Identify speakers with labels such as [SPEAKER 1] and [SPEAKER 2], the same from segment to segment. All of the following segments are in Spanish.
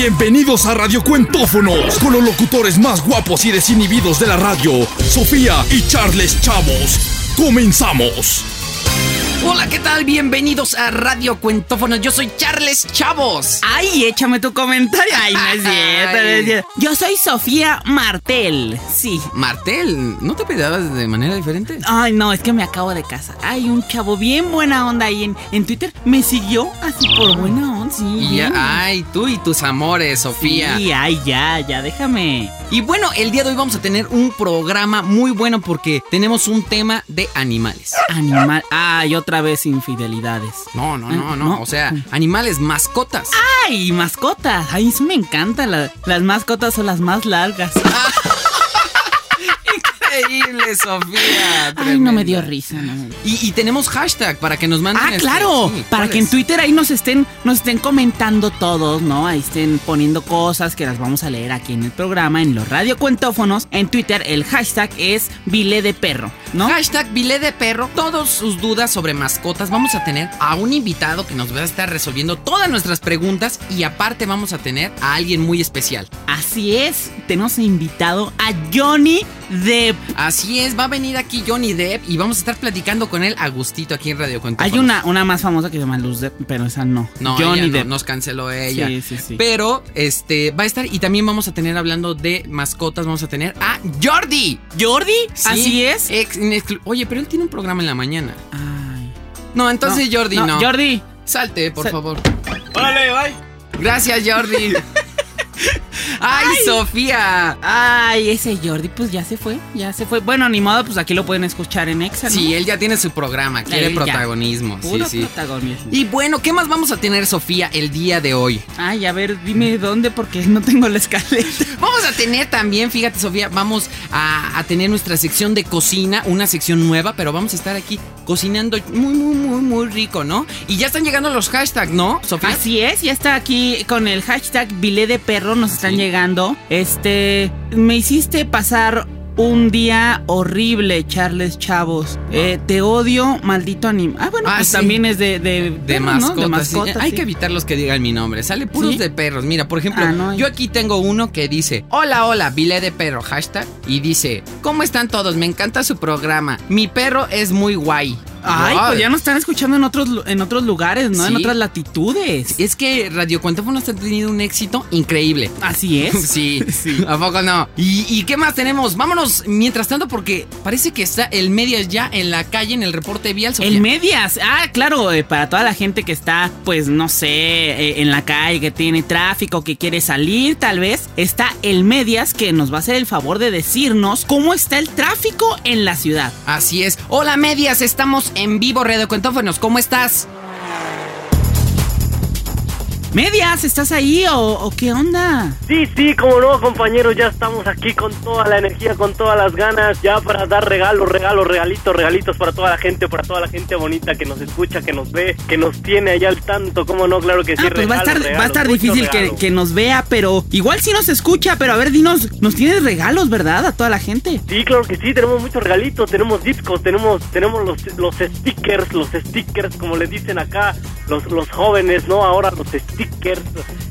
[SPEAKER 1] Bienvenidos a Radio Cuentófonos, con los locutores más guapos y desinhibidos de la radio, Sofía y Charles Chavos. ¡Comenzamos!
[SPEAKER 2] Hola, ¿qué tal? Bienvenidos a Radio Cuentófonos. Yo soy Charles Chavos.
[SPEAKER 3] Ay, échame tu comentario. Ay, no es cierto, no es cierto. Yo soy Sofía Martel. Sí.
[SPEAKER 2] Martel, ¿no te pedabas de manera diferente?
[SPEAKER 3] Ay, no, es que me acabo de casa. Ay, un chavo bien buena onda ahí en, en Twitter. Me siguió así por buena onda. Sí,
[SPEAKER 2] Y ya,
[SPEAKER 3] bien.
[SPEAKER 2] ay, tú y tus amores, Sofía.
[SPEAKER 3] Sí, ay, ya, ya, déjame.
[SPEAKER 2] Y bueno, el día de hoy vamos a tener un programa muy bueno porque tenemos un tema de animales.
[SPEAKER 3] Animal. Ay, otra vez infidelidades.
[SPEAKER 2] No, no, no, no.
[SPEAKER 3] ¿No?
[SPEAKER 2] O sea, animales, mascotas.
[SPEAKER 3] Ay, mascotas. Ay, eso me encanta. La- las mascotas son las más largas.
[SPEAKER 2] Increíble, Sofía.
[SPEAKER 3] Ay, no me dio
[SPEAKER 2] Tremenda.
[SPEAKER 3] risa. No me dio.
[SPEAKER 2] Y, y tenemos hashtag para que nos manden.
[SPEAKER 3] Ah,
[SPEAKER 2] este-
[SPEAKER 3] claro,
[SPEAKER 2] sí,
[SPEAKER 3] para
[SPEAKER 2] ¿cuál
[SPEAKER 3] que en
[SPEAKER 2] es?
[SPEAKER 3] Twitter ahí nos estén, nos estén comentando todos, ¿no? Ahí estén poniendo cosas que las vamos a leer aquí en el programa, en los radiocuentófonos. En Twitter el hashtag es Vile de Perro, ¿no?
[SPEAKER 2] Hashtag Vile de Perro. Todas sus dudas sobre mascotas. Vamos a tener a un invitado que nos va a estar resolviendo todas nuestras preguntas. Y aparte, vamos a tener a alguien muy especial.
[SPEAKER 3] Así es, tenemos invitado a Johnny Depp.
[SPEAKER 2] Así es, va a venir aquí Johnny Depp y vamos a estar platicando con él a gustito aquí en Radio Cuentos.
[SPEAKER 3] Hay una, una más famosa que se llama Luz Depp, pero esa no.
[SPEAKER 2] No,
[SPEAKER 3] Johnny
[SPEAKER 2] ella no,
[SPEAKER 3] Depp.
[SPEAKER 2] nos canceló ella.
[SPEAKER 3] Sí, sí, sí.
[SPEAKER 2] Pero este va a estar y también vamos a tener hablando de mascotas, vamos a tener a Jordi.
[SPEAKER 3] ¿Jordi?
[SPEAKER 2] Sí, Eh,
[SPEAKER 3] Así es.
[SPEAKER 2] ex- en exclu- Oye, pero él tiene un programa en la mañana.
[SPEAKER 3] Ay,
[SPEAKER 2] No, entonces Jordi no.
[SPEAKER 3] Jordi.
[SPEAKER 2] Salte, por
[SPEAKER 3] Sal-
[SPEAKER 2] favor. Órale, bye. Gracias, Jordi. Ay, Sofía.
[SPEAKER 3] Ay, ese Jordi, pues ya se fue, ya se fue. Bueno, ni modo, pues aquí lo pueden escuchar en Exa, ¿no?
[SPEAKER 2] Sí, él ya tiene su programa, quiere
[SPEAKER 3] Él ya.
[SPEAKER 2] protagonismo. Sí,
[SPEAKER 3] Puro
[SPEAKER 2] sí.
[SPEAKER 3] protagonismo.
[SPEAKER 2] Y bueno, ¿qué más vamos a tener, Sofía, el día de hoy?
[SPEAKER 3] Ay, a ver, dime dónde porque no tengo la escaleta.
[SPEAKER 2] Vamos a tener también, fíjate Sofía, vamos a, a tener nuestra sección de cocina, una sección nueva, pero vamos a estar aquí cocinando muy, muy, muy, muy rico, ¿no? Y ya están llegando los hashtags, ¿no, Sofía?
[SPEAKER 3] Así es, ya está aquí con el hashtag Vile de Perro, nos están llegando. Este, me hiciste pasar un día horrible, Charles Chavos. Eh, te odio, maldito animal. Ah, bueno,
[SPEAKER 2] Ah,
[SPEAKER 3] pues
[SPEAKER 2] sí.
[SPEAKER 3] también es de...
[SPEAKER 2] De
[SPEAKER 3] De, perro, ¿no?
[SPEAKER 2] mascotas.
[SPEAKER 3] De
[SPEAKER 2] sí.
[SPEAKER 3] mascotas,
[SPEAKER 2] Hay
[SPEAKER 3] sí.
[SPEAKER 2] que evitar los que digan mi nombre. Sale puros
[SPEAKER 3] ¿Sí?
[SPEAKER 2] de perros. Mira, por ejemplo,
[SPEAKER 3] Ah, no,
[SPEAKER 2] yo
[SPEAKER 3] ya.
[SPEAKER 2] aquí tengo uno que dice: Hola, hola, vile de perro, hashtag. Y dice: ¿Cómo están todos? Me encanta su programa. Mi perro es muy guay.
[SPEAKER 3] Ay,
[SPEAKER 2] Wow.
[SPEAKER 3] pues ya nos están escuchando en otros, lu- en otros lugares, ¿no? En
[SPEAKER 2] Sí.
[SPEAKER 3] otras latitudes.
[SPEAKER 2] Es que Radio Cuentófonos ha tenido un éxito increíble.
[SPEAKER 3] Así es.
[SPEAKER 2] Sí, ¿a poco no? ¿Y, y qué más tenemos? Vámonos mientras tanto porque parece que está el media ya en la calle en el reporte vial. Sofía.
[SPEAKER 3] El medias, ah, claro, eh, para toda la gente que está, pues no sé, eh, en la calle, que tiene tráfico, que quiere salir, tal vez, está el medias que nos va a hacer el favor de decirnos cómo está el tráfico en la ciudad.
[SPEAKER 2] Así es. Hola medias, estamos en vivo Radio Cuentófonos. ¿Cómo estás?
[SPEAKER 3] Medias, ¿estás ahí o, o qué onda?
[SPEAKER 4] Sí, sí, como no, compañeros, ya estamos aquí con toda la energía, con todas las ganas, ya para dar regalos, regalos, regalitos, regalitos para toda la gente, para toda la gente bonita que nos escucha, que nos ve, que nos tiene allá al tanto, como no, claro que sí.
[SPEAKER 3] Ah, pues va a estar,
[SPEAKER 4] regalos,
[SPEAKER 3] va a
[SPEAKER 4] regalos,
[SPEAKER 3] estar
[SPEAKER 4] muchos
[SPEAKER 3] difícil que,
[SPEAKER 4] regalos.
[SPEAKER 3] que nos vea, pero igual sí nos escucha, pero a ver, dinos, nos tienes regalos, ¿verdad? A toda la gente.
[SPEAKER 4] Sí, claro que sí, tenemos muchos regalitos, tenemos discos, tenemos tenemos los, los stickers, los stickers, como le dicen acá los, los jóvenes, ¿no? Ahora los stickers,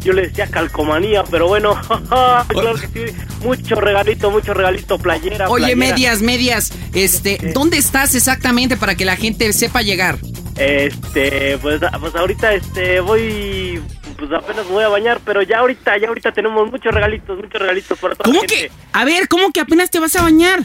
[SPEAKER 4] yo le decía calcomanía, pero bueno, claro que sí, mucho regalito, mucho regalito, playera.
[SPEAKER 2] Oye,
[SPEAKER 4] playera.
[SPEAKER 2] medias, medias, este, ¿dónde estás exactamente para que la gente sepa llegar?
[SPEAKER 4] Este, pues, a- pues ahorita este voy pues apenas me voy a bañar, pero ya ahorita, ya ahorita tenemos muchos regalitos, muchos regalitos para toda
[SPEAKER 3] ¿Cómo
[SPEAKER 4] la
[SPEAKER 3] que?
[SPEAKER 4] gente.
[SPEAKER 3] A ver, ¿cómo que apenas te vas a bañar?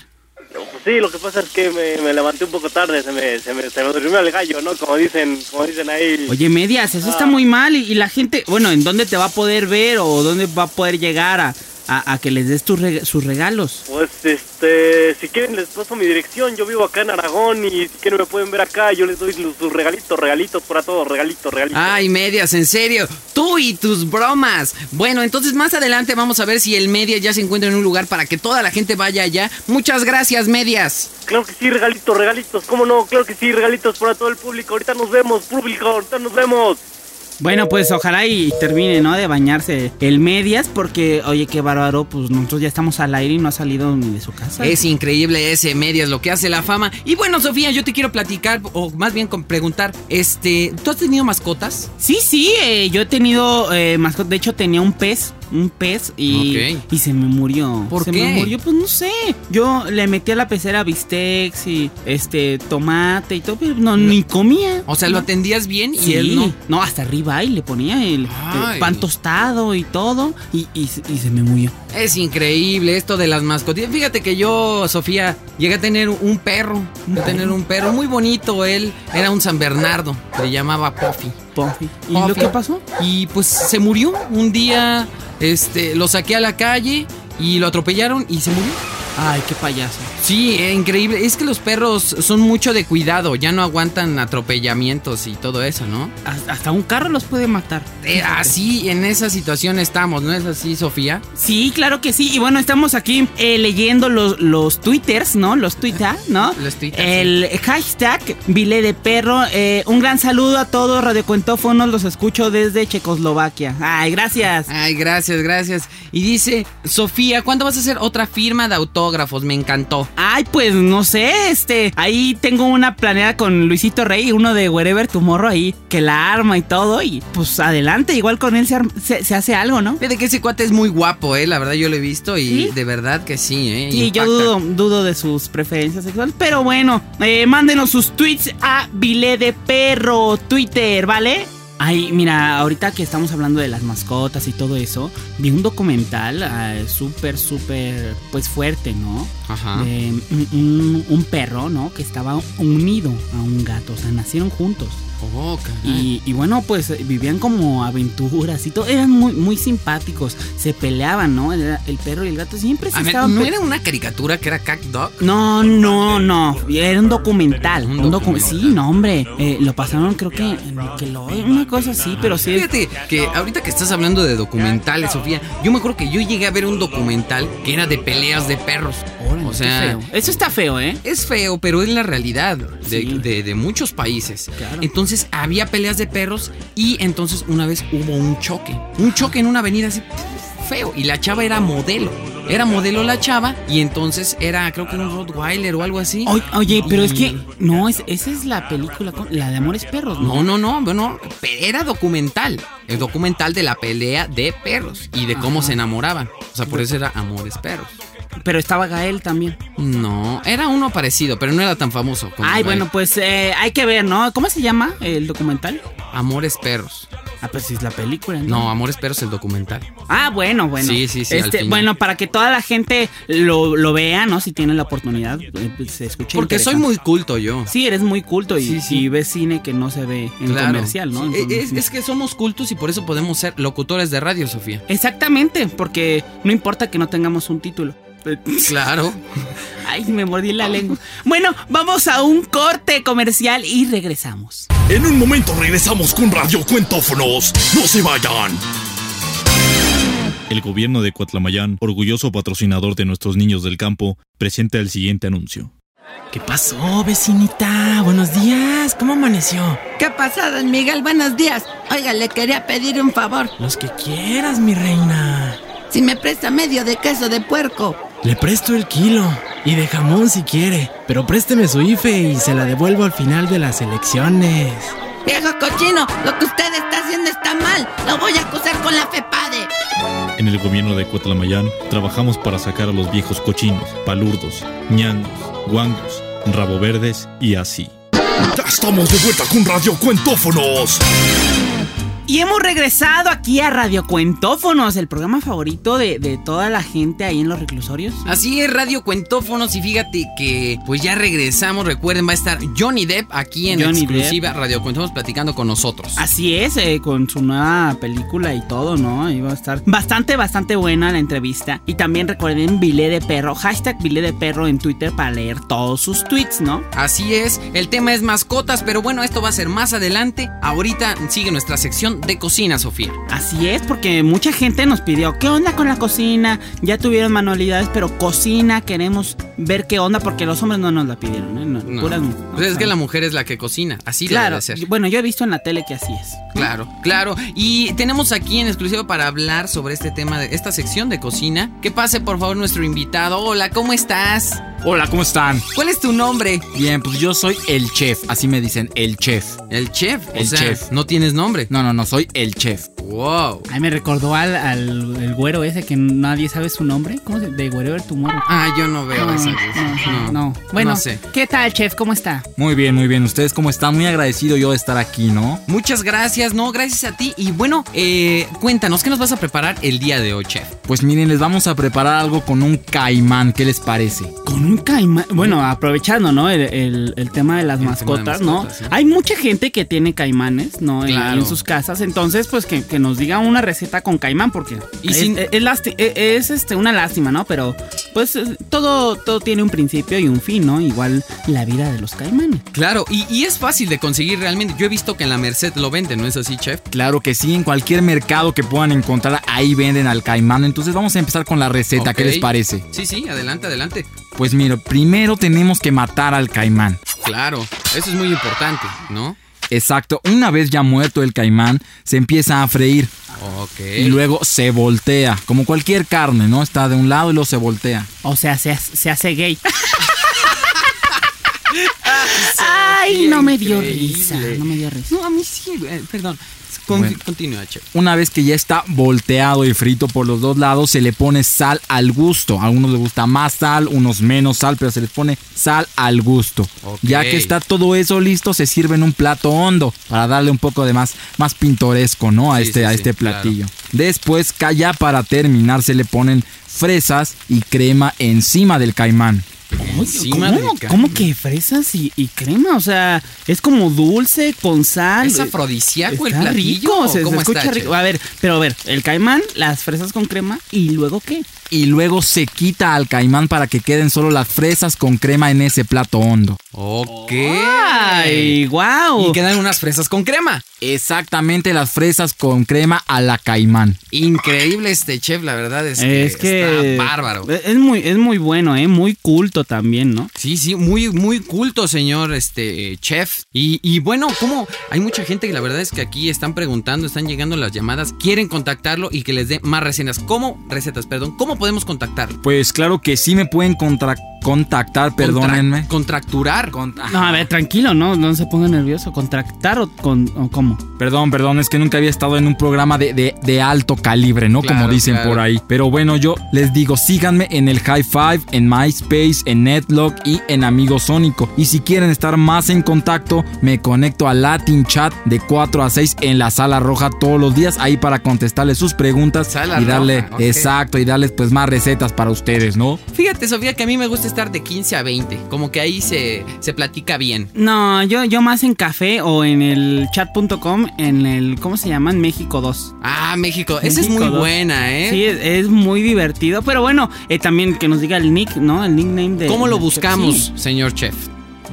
[SPEAKER 4] No, pues sí, lo que pasa es que me, me levanté un poco tarde, se me, se me, se me durmió el gallo, ¿no? Como dicen, como dicen ahí.
[SPEAKER 3] Oye, medias, eso está muy mal. Y, y la gente, bueno, ¿en dónde te va a poder ver o dónde va a poder llegar a, a- a que les des tus reg- sus regalos?
[SPEAKER 4] Pues este, si quieren les paso mi dirección, yo vivo acá en Aragón y si quieren me pueden ver acá, yo les doy los- sus regalitos, regalitos para todos, regalitos, regalitos.
[SPEAKER 2] Ay, medias, en serio, tú y tus bromas. Bueno, entonces más adelante vamos a ver si el media ya se encuentra en un lugar para que toda la gente vaya allá. Muchas gracias, medias.
[SPEAKER 4] Claro que sí, regalitos, regalitos, ¿cómo no? Claro que sí, regalitos para todo el público, ahorita nos vemos, público, ahorita nos vemos.
[SPEAKER 3] Bueno, pues ojalá y termine, ¿no? De bañarse el medias, porque, oye, qué bárbaro, pues nosotros ya estamos al aire y no ha salido ni de su casa.
[SPEAKER 2] Es increíble ese medias, lo que hace la fama. Y bueno, Sofía, yo te quiero platicar, o más bien con preguntar, este, ¿tú has tenido mascotas?
[SPEAKER 3] Sí, sí, eh, yo he tenido eh, mascota. De hecho, tenía un pez. Un pez y,
[SPEAKER 2] Ok.
[SPEAKER 3] y se me murió.
[SPEAKER 2] ¿Por
[SPEAKER 3] se
[SPEAKER 2] qué?
[SPEAKER 3] me murió, pues no sé. Yo le metí a la pecera bistecs y este tomate y todo, pero no, ni comía.
[SPEAKER 2] O sea, lo atendías bien y
[SPEAKER 3] Sí,
[SPEAKER 2] él
[SPEAKER 3] no.
[SPEAKER 2] no.
[SPEAKER 3] hasta arriba y le ponía el,
[SPEAKER 2] Ay.
[SPEAKER 3] el pan tostado y todo. Y, y- y se me murió.
[SPEAKER 2] Es increíble esto de las mascotas. Fíjate que yo, Sofía, llegué a tener un perro. Llegué a tener un perro muy bonito. Él era un San Bernardo. Se llamaba Puffy.
[SPEAKER 3] Puffy. ¿Y
[SPEAKER 2] Puffy.
[SPEAKER 3] lo que pasó?
[SPEAKER 2] Y pues se murió. Un día este, lo saqué a la calle y lo atropellaron y se murió.
[SPEAKER 3] Ay, qué payaso.
[SPEAKER 2] Sí, eh, increíble. Es que los perros son mucho de cuidado. Ya no aguantan atropellamientos y todo eso, ¿no?
[SPEAKER 3] Hasta hasta un carro los puede matar.
[SPEAKER 2] Eh,
[SPEAKER 3] Fíjate.
[SPEAKER 2] así, en esa situación estamos, ¿no es así, Sofía?
[SPEAKER 3] Sí, claro que sí. Y bueno, estamos aquí eh, leyendo los, los twitters, ¿no? Los twitter, ¿no?
[SPEAKER 2] Los twitters,
[SPEAKER 3] El hashtag Vile de Perro. Eh, un gran saludo a todos, radiocuentófonos. Los escucho desde Checoslovaquia. Ay, gracias.
[SPEAKER 2] Ay, gracias, gracias. Y dice, Sofía, ¿cuándo vas a hacer otra firma de autógrafos? Me encantó.
[SPEAKER 3] Ay, pues no sé, este, ahí tengo una planeada con Luisito Rey, uno de Wherever Tomorrow ahí, que la arma y todo, y pues adelante, igual con él se, arm- se- se hace algo, ¿no?
[SPEAKER 2] Fíjate que ese cuate es muy guapo, ¿eh? La verdad yo lo he visto y
[SPEAKER 3] ¿Sí?
[SPEAKER 2] de verdad que sí, ¿eh?
[SPEAKER 3] Y
[SPEAKER 2] Impacta.
[SPEAKER 3] yo dudo, dudo de sus preferencias sexuales, pero bueno, eh, mándenos sus tweets a Vile de Perro Twitter, ¿vale? Ay, mira, ahorita que estamos hablando de las mascotas y todo eso, vi un documental ah, súper, súper, pues fuerte, ¿no?
[SPEAKER 2] Ajá.
[SPEAKER 3] de Eh, un, un- un perro, ¿no? Que estaba unido a un gato, o sea, nacieron juntos.
[SPEAKER 2] Oh, caray.
[SPEAKER 3] Y, y bueno, pues eh, vivían como aventuras y todo, eran muy, muy simpáticos, se peleaban, ¿no? El, el perro y el gato siempre se
[SPEAKER 2] A ver,
[SPEAKER 3] estaban...
[SPEAKER 2] ¿no
[SPEAKER 3] pe-
[SPEAKER 2] era una caricatura que era Cack Dog?
[SPEAKER 3] No, no, no, era un documental,
[SPEAKER 2] Un
[SPEAKER 3] un docu-
[SPEAKER 2] documental.
[SPEAKER 3] sí, no, hombre, eh, lo pasaron creo que en Nickelodeon, una cosa así, pero sí... es-
[SPEAKER 2] Fíjate que ahorita que estás hablando de documentales, Sofía, yo me acuerdo que yo llegué a ver un documental que era de peleas de perros.
[SPEAKER 3] Órale,
[SPEAKER 2] o
[SPEAKER 3] qué
[SPEAKER 2] sea,
[SPEAKER 3] feo. Eso está feo, ¿eh?
[SPEAKER 2] es feo, pero es la realidad de,
[SPEAKER 3] Sí.
[SPEAKER 2] de- de muchos países.
[SPEAKER 3] Claro.
[SPEAKER 2] Entonces había peleas de perros y entonces una vez hubo un choque. Un choque en una avenida así pf, feo. Y la chava era modelo. Era modelo la chava y entonces era, creo que era un Rottweiler o algo así.
[SPEAKER 3] Oye, oye, pero es que...
[SPEAKER 2] Y-
[SPEAKER 3] No, es- esa es la película, con- la de Amores Perros, ¿no?
[SPEAKER 2] No, no, no, bueno, pe- era documental. El documental de la pelea de perros y de cómo
[SPEAKER 3] Ajá.
[SPEAKER 2] se enamoraban. O sea, por eso era Amores Perros.
[SPEAKER 3] Pero estaba Gael también.
[SPEAKER 2] No, era uno parecido, pero no era tan famoso. como
[SPEAKER 3] Ay,
[SPEAKER 2] Gael.
[SPEAKER 3] bueno, pues eh, hay que ver, ¿no? ¿Cómo se llama el documental?
[SPEAKER 2] Amores Perros.
[SPEAKER 3] Ah, pues sí, es la película.
[SPEAKER 2] No, Amores Perros el documental.
[SPEAKER 3] Ah, bueno, bueno.
[SPEAKER 2] Sí, sí, sí, al
[SPEAKER 3] Este,
[SPEAKER 2] final.
[SPEAKER 3] bueno, para que toda la gente lo, lo vea, ¿no? Si tiene la oportunidad, eh, pues, se escuche.
[SPEAKER 2] Porque soy
[SPEAKER 3] interesante.
[SPEAKER 2] muy culto yo.
[SPEAKER 3] Sí, eres muy culto y,
[SPEAKER 2] Sí, sí.
[SPEAKER 3] y ves cine que no se ve en comercial, ¿no?
[SPEAKER 2] Sí, e-
[SPEAKER 3] Entonces,
[SPEAKER 2] es, es que somos cultos y por eso podemos ser locutores de radio, Sofía.
[SPEAKER 3] Exactamente, porque no importa que no tengamos un título.
[SPEAKER 2] Claro.
[SPEAKER 3] Ay, me mordí la lengua. Bueno, vamos a un corte comercial y regresamos.
[SPEAKER 1] En un momento regresamos con Radio Cuentófonos. No se vayan.
[SPEAKER 5] El gobierno de Coatlamayán, orgulloso patrocinador de nuestros niños del campo, presenta el siguiente anuncio.
[SPEAKER 6] ¿Qué pasó, vecinita? Buenos días, ¿cómo amaneció?
[SPEAKER 7] ¿Qué pasa, don Miguel? Buenos días. Oiga, le quería pedir un favor.
[SPEAKER 6] Los que quieras, mi reina.
[SPEAKER 7] Si me presta medio de queso de puerco.
[SPEAKER 6] Le presto el kilo y de jamón si quiere, pero présteme su IFE y se la devuelvo al final de las elecciones.
[SPEAKER 7] Viejo cochino, lo que usted está haciendo está mal. Lo voy a acusar con la FEPADE.
[SPEAKER 5] En el gobierno de Coatlamayán trabajamos para sacar a los viejos cochinos, palurdos, ñangos, guangos, rabo verdes y así.
[SPEAKER 1] Ya estamos de vuelta con Radio Cuentófonos.
[SPEAKER 3] Y hemos regresado aquí a Radio Cuentófonos, el programa favorito de, de toda la gente ahí en los reclusorios.
[SPEAKER 2] Así es, Radio Cuentófonos. Y fíjate que, pues ya regresamos. Recuerden, va a estar Johnny Depp aquí en
[SPEAKER 3] Johnny
[SPEAKER 2] exclusiva Radio Cuentófonos platicando con nosotros.
[SPEAKER 3] Así es, eh, con su nueva película y todo, ¿no? Iba a estar bastante, bastante buena la entrevista. Y también recuerden Vile de Perro, hashtag Vile de Perro en Twitter para leer todos sus tweets, ¿no?
[SPEAKER 2] Así es, el tema es mascotas, pero bueno, esto va a ser más adelante. Ahorita sigue nuestra sección de cocina, Sofía.
[SPEAKER 3] Así es, porque mucha gente nos pidió, ¿qué onda con la cocina? Ya tuvieron manualidades, pero cocina, queremos ver qué onda, porque los hombres no nos la pidieron, ¿eh? No,
[SPEAKER 2] No.
[SPEAKER 3] puras- no,
[SPEAKER 2] Pues es
[SPEAKER 3] no.
[SPEAKER 2] que la mujer es la que cocina, así debe
[SPEAKER 3] Claro,
[SPEAKER 2] de ser.
[SPEAKER 3] bueno, yo he visto en la tele que así es.
[SPEAKER 2] Claro, claro. Y tenemos aquí en exclusivo para hablar sobre este tema de esta sección de cocina. Que pase por favor nuestro invitado. Hola, ¿cómo estás?
[SPEAKER 8] Hola, ¿cómo están?
[SPEAKER 2] ¿Cuál es tu nombre?
[SPEAKER 8] Bien, pues yo soy el chef, así me dicen, el chef.
[SPEAKER 2] El chef. o
[SPEAKER 8] El
[SPEAKER 2] sea,
[SPEAKER 8] chef.
[SPEAKER 2] No tienes nombre.
[SPEAKER 8] No, no, no, soy el chef.
[SPEAKER 2] Wow.
[SPEAKER 3] Ay, me recordó al, al el güero ese que nadie sabe su nombre. ¿Cómo se De güero tu muero.
[SPEAKER 2] Ah, yo no veo esa.
[SPEAKER 3] no, no. Bueno,
[SPEAKER 2] no sé.
[SPEAKER 3] ¿qué tal, chef? ¿Cómo está?
[SPEAKER 8] Muy bien, muy bien. Ustedes cómo están? Muy agradecido yo de estar aquí, ¿no?
[SPEAKER 2] Muchas gracias, no, gracias a ti. Y bueno, eh, cuéntanos, ¿qué nos vas a preparar el día de hoy, chef?
[SPEAKER 8] Pues miren, les vamos a preparar algo con un caimán, ¿qué les parece?
[SPEAKER 3] Con un caimán. Bueno, aprovechando, ¿no? El, el- el tema de las
[SPEAKER 2] El tema de
[SPEAKER 3] mascotas, ¿no?
[SPEAKER 2] mascotas, sí.
[SPEAKER 3] Hay mucha gente que tiene caimanes, ¿no? En-
[SPEAKER 2] Claro.
[SPEAKER 3] En, sus casas. Entonces, pues que, que nos diga una receta con caimán, porque
[SPEAKER 2] Y
[SPEAKER 3] es,
[SPEAKER 2] sin-
[SPEAKER 3] es- es lasti- es- es, este, una lástima, ¿no? Pero, pues, es- todo, todo tiene un principio y un fin, ¿no? Igual la vida de los caimanes.
[SPEAKER 2] Claro, y, y es fácil de conseguir realmente. Yo he visto que en la Merced lo venden, ¿no es así, chef?
[SPEAKER 8] Claro que sí, en cualquier mercado que puedan encontrar, ahí venden al caimán. Entonces vamos a empezar con la receta, ¿qué
[SPEAKER 2] Ok.
[SPEAKER 8] les parece?
[SPEAKER 2] Sí, sí, adelante, adelante.
[SPEAKER 8] Pues mira, primero tenemos que matar al caimán.
[SPEAKER 2] Claro, eso es muy importante, ¿no?
[SPEAKER 8] Exacto, una vez ya muerto el caimán, se empieza a freír
[SPEAKER 2] Ok.
[SPEAKER 8] y luego se voltea, como cualquier carne, ¿no? Está de un lado y luego se voltea.
[SPEAKER 3] O sea, se, hace- se hace gay. Ay, no me dio
[SPEAKER 2] Increíble.
[SPEAKER 3] risa. No me dio risa.
[SPEAKER 2] No, a mí sí, eh, perdón. Con-
[SPEAKER 8] Bueno.
[SPEAKER 2] Continúa, chef.
[SPEAKER 8] Una vez que ya está volteado y frito por los dos lados, se le pone sal al gusto. A unos les gusta más sal, unos menos sal, pero se les pone sal al gusto.
[SPEAKER 2] Ok.
[SPEAKER 8] Ya que está todo eso listo, se sirve en un plato hondo para darle un poco de más, más pintoresco, ¿no? A
[SPEAKER 2] Sí,
[SPEAKER 8] este,
[SPEAKER 2] sí,
[SPEAKER 8] a
[SPEAKER 2] sí,
[SPEAKER 8] este
[SPEAKER 2] claro.
[SPEAKER 8] platillo. Después, ca- ya para terminar, se le ponen fresas y crema encima del caimán.
[SPEAKER 2] Encima
[SPEAKER 3] ¿Cómo,
[SPEAKER 2] del ca-
[SPEAKER 3] ¿Cómo que fresas y, y crema? O sea, es como dulce con sal.
[SPEAKER 2] Es afrodisíaco el
[SPEAKER 3] Está
[SPEAKER 2] platillo.
[SPEAKER 3] rico, se, se
[SPEAKER 2] ¿Cómo está,
[SPEAKER 3] escucha
[SPEAKER 2] chef?
[SPEAKER 3] rico. A ver, pero a ver, el caimán, las fresas con crema y luego qué?
[SPEAKER 8] Y luego se quita al caimán para que queden solo las fresas con crema en ese plato hondo.
[SPEAKER 2] Ok.
[SPEAKER 3] Ay, wow.
[SPEAKER 2] Y quedan unas fresas con crema.
[SPEAKER 8] Exactamente las fresas con crema a la caimán.
[SPEAKER 2] Increíble este chef, la verdad es que,
[SPEAKER 3] es que e,
[SPEAKER 2] está bárbaro.
[SPEAKER 3] Es es muy, es muy bueno, eh, muy culto también, ¿no?
[SPEAKER 2] Sí, sí, muy, muy culto, señor este eh, chef. Y, y bueno, como hay mucha gente que la verdad es que aquí están preguntando, están llegando las llamadas, quieren contactarlo y que les dé más recetas. ¿Cómo? Recetas, perdón. ¿Cómo podemos contactarlo?
[SPEAKER 8] Pues claro que sí me pueden contra- contactar, perdónenme.
[SPEAKER 2] Contra- contracturar.
[SPEAKER 3] No, a ver, tranquilo, no, no se ponga nervioso. ¿Contractar o, con, o cómo?
[SPEAKER 8] Perdón, perdón, es que nunca había estado en un programa de, de- de alto calibre, ¿no?
[SPEAKER 2] Claro,
[SPEAKER 8] Como dicen
[SPEAKER 2] claro.
[SPEAKER 8] por ahí. Pero bueno, yo les digo, síganme en el High Five, en MySpace, en Netlock y en Amigo Sónico. Y si quieren estar más en contacto, me conecto a Latin Chat de 4 a 6 en la sala roja todos los días, ahí para contestarles sus preguntas
[SPEAKER 2] Sala
[SPEAKER 8] y darle,
[SPEAKER 2] roja, ok.
[SPEAKER 8] exacto, y darles pues más recetas para ustedes, ¿no?
[SPEAKER 2] Fíjate, Sofía, que a mí me gusta estar de 15 a 20. Como que ahí se, se platica bien.
[SPEAKER 3] No, yo, yo más en café o en el chat.com, en el, ¿cómo se llama? En México 2.
[SPEAKER 2] Ah, México. Esa es
[SPEAKER 3] México
[SPEAKER 2] muy
[SPEAKER 3] dos.
[SPEAKER 2] buena, ¿eh?
[SPEAKER 3] Sí, es, es muy divertido, pero bueno, eh, también que nos diga el nick, ¿no? El nickname de...
[SPEAKER 2] ¿Cómo lo
[SPEAKER 3] del chef.
[SPEAKER 2] buscamos,
[SPEAKER 3] Sí.
[SPEAKER 2] señor chef?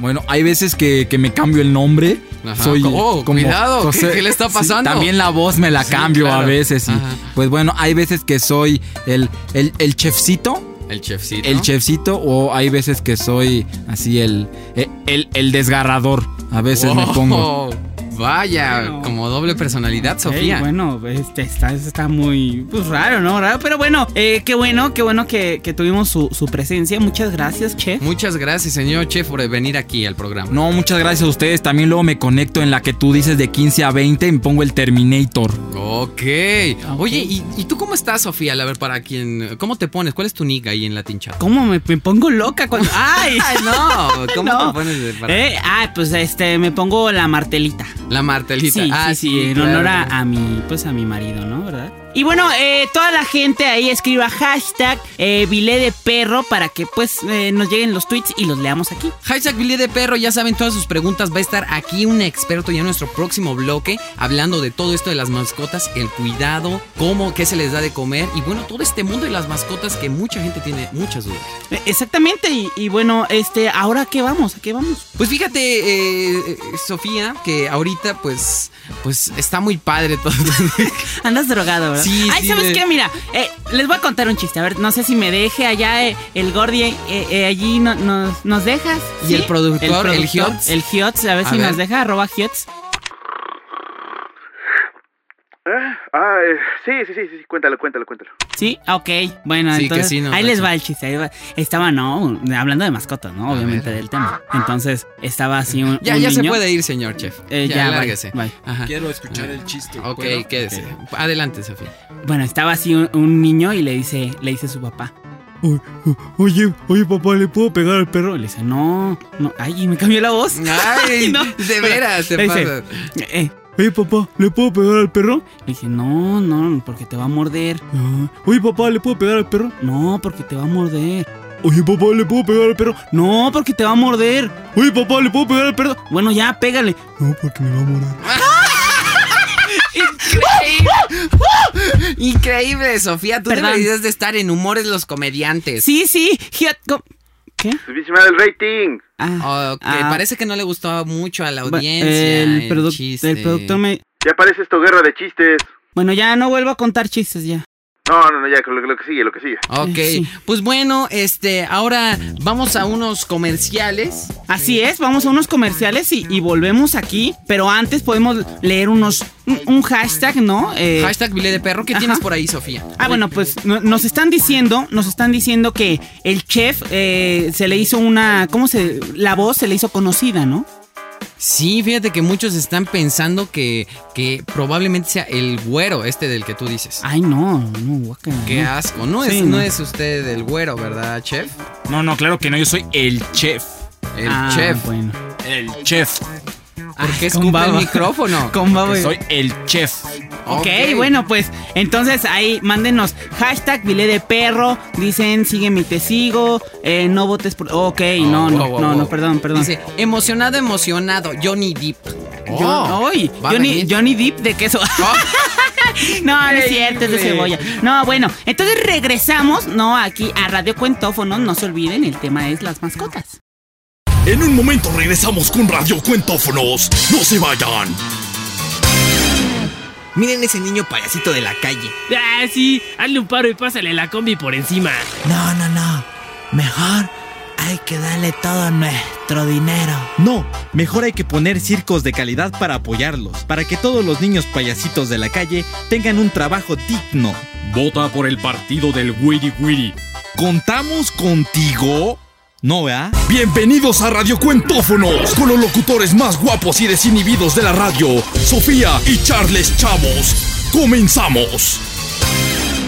[SPEAKER 8] Bueno, hay veces que, que me cambio el nombre.
[SPEAKER 2] Ajá. Oh, cuidado, ¿qué- qué le está pasando?
[SPEAKER 8] también la voz me la
[SPEAKER 2] Sí,
[SPEAKER 8] cambio
[SPEAKER 2] claro.
[SPEAKER 8] a veces. y,
[SPEAKER 2] Ajá.
[SPEAKER 8] pues bueno, hay veces que soy el, el, el chefcito.
[SPEAKER 2] El chefcito.
[SPEAKER 8] El chefcito. O hay veces que soy así el, e, el, el desgarrador. A veces me
[SPEAKER 2] Wow.
[SPEAKER 8] pongo.
[SPEAKER 2] Vaya,
[SPEAKER 3] Bueno.
[SPEAKER 2] como doble personalidad,
[SPEAKER 3] Ey,
[SPEAKER 2] Sofía.
[SPEAKER 3] bueno, este está, está muy pues, raro, ¿no? Raro, pero bueno, eh, qué bueno, qué bueno que, que tuvimos su, su presencia. Muchas gracias, chef.
[SPEAKER 2] Muchas gracias, señor chef, por venir aquí al programa.
[SPEAKER 8] No, muchas gracias a ustedes. También luego me conecto en la que tú dices de 15 a 20 y me pongo el Terminator.
[SPEAKER 2] Ok.
[SPEAKER 3] Ah,
[SPEAKER 2] Oye, ¿y, y tú cómo estás, Sofía? A ver, para quien. ¿Cómo te pones? ¿Cuál es tu nick ahí en Latin Chat?
[SPEAKER 3] ¿Cómo me, me pongo loca cuando... ¡Ay!
[SPEAKER 2] Ay, no. ¿Cómo
[SPEAKER 3] No.
[SPEAKER 2] te pones? de- para-
[SPEAKER 3] Eh, ah, pues este, me pongo la martelita.
[SPEAKER 2] La martelita.
[SPEAKER 3] Sí,
[SPEAKER 2] ah,
[SPEAKER 3] sí, sí, en honor a,
[SPEAKER 2] claro.
[SPEAKER 3] a mi, pues a mi marido, ¿no? ¿Verdad? Y bueno, eh, toda la gente ahí escriba hashtag eh, bilé de perro para que pues eh, nos lleguen los tweets y los leamos aquí.
[SPEAKER 2] Hashtag Billy de Perro, ya saben todas sus preguntas. Va a estar aquí un experto ya en nuestro próximo bloque hablando de todo esto de las mascotas, el cuidado, cómo, qué se les da de comer y bueno, todo este mundo de las mascotas que mucha gente tiene muchas dudas.
[SPEAKER 3] Eh, exactamente, y, y bueno, este, ¿ahora qué vamos? ¿A qué vamos?
[SPEAKER 2] Pues fíjate, eh, eh, Sofía, que ahorita pues, pues está muy padre todo.
[SPEAKER 3] Andas drogado,
[SPEAKER 8] Sí,
[SPEAKER 3] Ay,
[SPEAKER 8] sí,
[SPEAKER 3] ¿sabes
[SPEAKER 8] de-
[SPEAKER 3] qué? Mira, eh, les voy a contar un chiste. A ver, no sé si me deje allá eh, el Gordi, eh, eh, allí no- nos, nos dejas.
[SPEAKER 2] Y
[SPEAKER 3] ¿sí?
[SPEAKER 2] el productor, el
[SPEAKER 3] productor,
[SPEAKER 2] Giots.
[SPEAKER 3] El Giots, a ver
[SPEAKER 2] A
[SPEAKER 3] si
[SPEAKER 2] ver.
[SPEAKER 3] nos deja, arroba Giots.
[SPEAKER 9] ¿Eh? Ah, eh, sí, sí, sí, sí, sí, cuéntalo, cuéntalo, cuéntalo.
[SPEAKER 3] Sí, ah, ok. Bueno,
[SPEAKER 2] Sí,
[SPEAKER 3] entonces
[SPEAKER 2] que sí, no,
[SPEAKER 3] ahí
[SPEAKER 2] no,
[SPEAKER 3] les
[SPEAKER 2] sí.
[SPEAKER 3] va el chiste. ahí va. Estaba, no, hablando de mascotas, ¿no?
[SPEAKER 2] A
[SPEAKER 3] Obviamente
[SPEAKER 2] ver.
[SPEAKER 3] del tema. Entonces estaba así un.
[SPEAKER 2] Ya,
[SPEAKER 3] un
[SPEAKER 2] ya se
[SPEAKER 3] niño.
[SPEAKER 2] puede ir, señor chef.
[SPEAKER 3] Eh,
[SPEAKER 2] ya,
[SPEAKER 3] ya, bye,
[SPEAKER 2] lárguese.
[SPEAKER 3] bye.
[SPEAKER 2] Ajá.
[SPEAKER 8] Quiero escuchar el chiste.
[SPEAKER 2] Ah. Ok, quédese. Adelante, Sofía.
[SPEAKER 3] Bueno, estaba así un, un niño y le dice, le dice su papá. Oye, oye, papá, ¿le puedo pegar al perro? Le dice, no, no, ay, me cambió la voz.
[SPEAKER 2] Ah. Ay,
[SPEAKER 3] No,
[SPEAKER 2] de veras, te
[SPEAKER 3] le dice,
[SPEAKER 2] pasa.
[SPEAKER 3] Eh, oye, papá, ¿le puedo pegar al perro? Le dice, no, no, porque te va a morder. "Ah, Oye, papá, ¿le puedo pegar al perro? No, porque te va a morder. Oye, papá, ¿le puedo pegar al perro? No, porque te va a morder. Oye, papá, ¿le puedo pegar al perro? Bueno, ya, pégale. No, porque me va a morder.
[SPEAKER 2] Increíble. Increíble, Sofía. Tú
[SPEAKER 3] Perdón.
[SPEAKER 2] deberías de estar en humores los comediantes.
[SPEAKER 3] Sí, sí, Giot, ¿cómo? ¿Qué?
[SPEAKER 9] Subísima del rating.
[SPEAKER 3] Ah,
[SPEAKER 2] Ok,
[SPEAKER 3] Ah.
[SPEAKER 2] parece que no le gustaba mucho a la
[SPEAKER 3] bu-
[SPEAKER 2] audiencia.
[SPEAKER 3] el,
[SPEAKER 2] el
[SPEAKER 3] produc-
[SPEAKER 2] chiste.
[SPEAKER 3] el productor me...
[SPEAKER 9] Ya parece esto guerra de chistes.
[SPEAKER 3] Bueno, ya no vuelvo a contar chistes ya.
[SPEAKER 9] No, no, no, ya, lo, lo que sigue, lo que sigue.
[SPEAKER 2] Ok,
[SPEAKER 3] eh, Sí.
[SPEAKER 2] pues bueno, este, ahora vamos a unos comerciales.
[SPEAKER 3] Así es, vamos a unos comerciales y, y volvemos aquí, pero antes podemos leer unos un, un hashtag, ¿no? Eh,
[SPEAKER 2] Hashtag Vile de Perro, ¿qué
[SPEAKER 3] Ajá.
[SPEAKER 2] tienes por ahí, Sofía?
[SPEAKER 3] Ah, bueno, pues no- nos están diciendo, nos están diciendo que el chef eh, se le hizo una, ¿cómo se? La voz se le hizo conocida, ¿no?
[SPEAKER 2] Sí, fíjate que muchos están pensando que, que probablemente sea el güero este del que tú dices.
[SPEAKER 3] Ay, no, no, guácala,
[SPEAKER 2] Qué
[SPEAKER 3] Ah, no.
[SPEAKER 2] asco. No,
[SPEAKER 3] Sí,
[SPEAKER 2] es, no.
[SPEAKER 3] no.
[SPEAKER 2] es usted el güero, ¿verdad, chef?
[SPEAKER 8] No, no, claro que no, yo soy el chef.
[SPEAKER 2] El
[SPEAKER 3] Ah,
[SPEAKER 2] chef.
[SPEAKER 3] Bueno.
[SPEAKER 8] El chef.
[SPEAKER 2] ¿Por qué
[SPEAKER 3] Ah, con
[SPEAKER 2] escupe el
[SPEAKER 3] baba.
[SPEAKER 2] micrófono?
[SPEAKER 3] Con babo y-
[SPEAKER 8] Soy el chef.
[SPEAKER 3] ok, bueno, pues entonces ahí mándenos hashtag Vilé de Perro, dicen sigue mi testigo, eh, no votes por... Ok,
[SPEAKER 10] Ah,
[SPEAKER 3] no,
[SPEAKER 2] Oh,
[SPEAKER 3] no,
[SPEAKER 2] wow, wow,
[SPEAKER 3] no, no,
[SPEAKER 2] wow.
[SPEAKER 3] perdón, perdón.
[SPEAKER 2] Dice, emocionado, emocionado, Johnny Depp.
[SPEAKER 3] John-
[SPEAKER 2] Oh,
[SPEAKER 3] ¡Ay!
[SPEAKER 2] va a
[SPEAKER 3] Johnny,
[SPEAKER 2] venir.
[SPEAKER 3] Johnny Deep de queso.
[SPEAKER 2] Oh,
[SPEAKER 3] no, no es cierto, es de
[SPEAKER 2] Increíble.
[SPEAKER 3] cebolla. No, bueno, entonces regresamos, ¿no? Aquí a Radio Cuentófono. No se olviden, el tema es las mascotas.
[SPEAKER 1] En un momento regresamos con Radio Cuentófonos. No se vayan.
[SPEAKER 11] Miren ese niño payasito de la calle.
[SPEAKER 10] Ah, sí, hazle un paro y pásale la combi por encima.
[SPEAKER 11] No, no, no. Mejor hay que darle todo nuestro dinero.
[SPEAKER 5] No, mejor hay que poner circos de calidad para apoyarlos, para que todos los niños payasitos de la calle tengan un trabajo digno.
[SPEAKER 1] Vota por el partido del Wiri Wiri.
[SPEAKER 5] ¿Contamos contigo? No, ¿verdad?
[SPEAKER 1] Bienvenidos a Radio Cuentófonos, con los locutores más guapos y desinhibidos de la radio, Sofía y Charles Chavos. Comenzamos.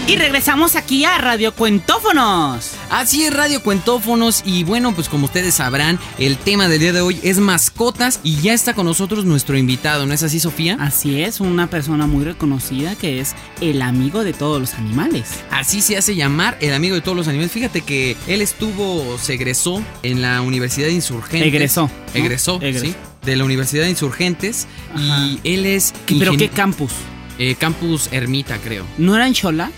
[SPEAKER 3] Y regresamos aquí a Radio Cuentófonos.
[SPEAKER 2] Así es, Radio Cuentófonos. Y bueno, pues como ustedes sabrán, el tema del día de hoy es mascotas. Y ya está con nosotros nuestro invitado, ¿no es así, Sofía?
[SPEAKER 3] Así es, una persona muy reconocida que es el amigo de todos los animales.
[SPEAKER 2] Así se hace llamar el amigo de todos los animales. Fíjate que él estuvo, se egresó en la Universidad de Insurgentes.
[SPEAKER 3] Egresó. ¿no?
[SPEAKER 2] Egresó,
[SPEAKER 3] Egresó.
[SPEAKER 2] sí. De la Universidad de Insurgentes. Y él es.
[SPEAKER 3] ¿Qué- ¿Pero
[SPEAKER 2] ingen-
[SPEAKER 3] qué campus?
[SPEAKER 2] eh, campus Ermita, creo.
[SPEAKER 3] ¿No era en Chola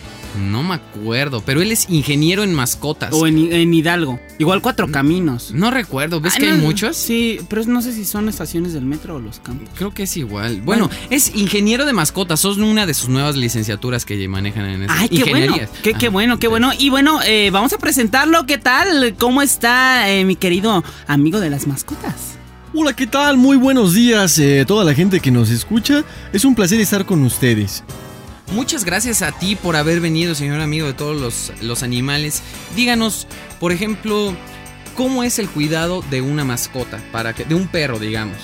[SPEAKER 2] No me acuerdo. Pero él es ingeniero en mascotas.
[SPEAKER 3] o en, en Hidalgo? Igual Cuatro Caminos.
[SPEAKER 2] No recuerdo. Mm. ¿Ves
[SPEAKER 3] Ah,
[SPEAKER 2] que hay
[SPEAKER 3] no,
[SPEAKER 2] muchos?
[SPEAKER 3] Sí, pero no sé si son estaciones del metro o los campos.
[SPEAKER 2] Creo que es igual. Bueno, es ingeniero de mascotas. Sos una de sus nuevas licenciaturas que manejan en esas
[SPEAKER 3] Ay, qué bueno.
[SPEAKER 2] ingenierías. Ah,
[SPEAKER 3] Qué, qué
[SPEAKER 2] Ajá.
[SPEAKER 3] bueno, qué bueno. Y bueno, eh, vamos a presentarlo. ¿Qué tal? ¿Cómo está eh, mi querido amigo de las mascotas?
[SPEAKER 10] Hola, ¿qué tal? Muy buenos días, eh, toda la gente que nos escucha. Es un placer estar con ustedes.
[SPEAKER 2] Muchas gracias a ti por haber venido, señor amigo de todos los, los animales. Díganos, por ejemplo, ¿cómo es el cuidado de una mascota? Para que, de un perro, digamos.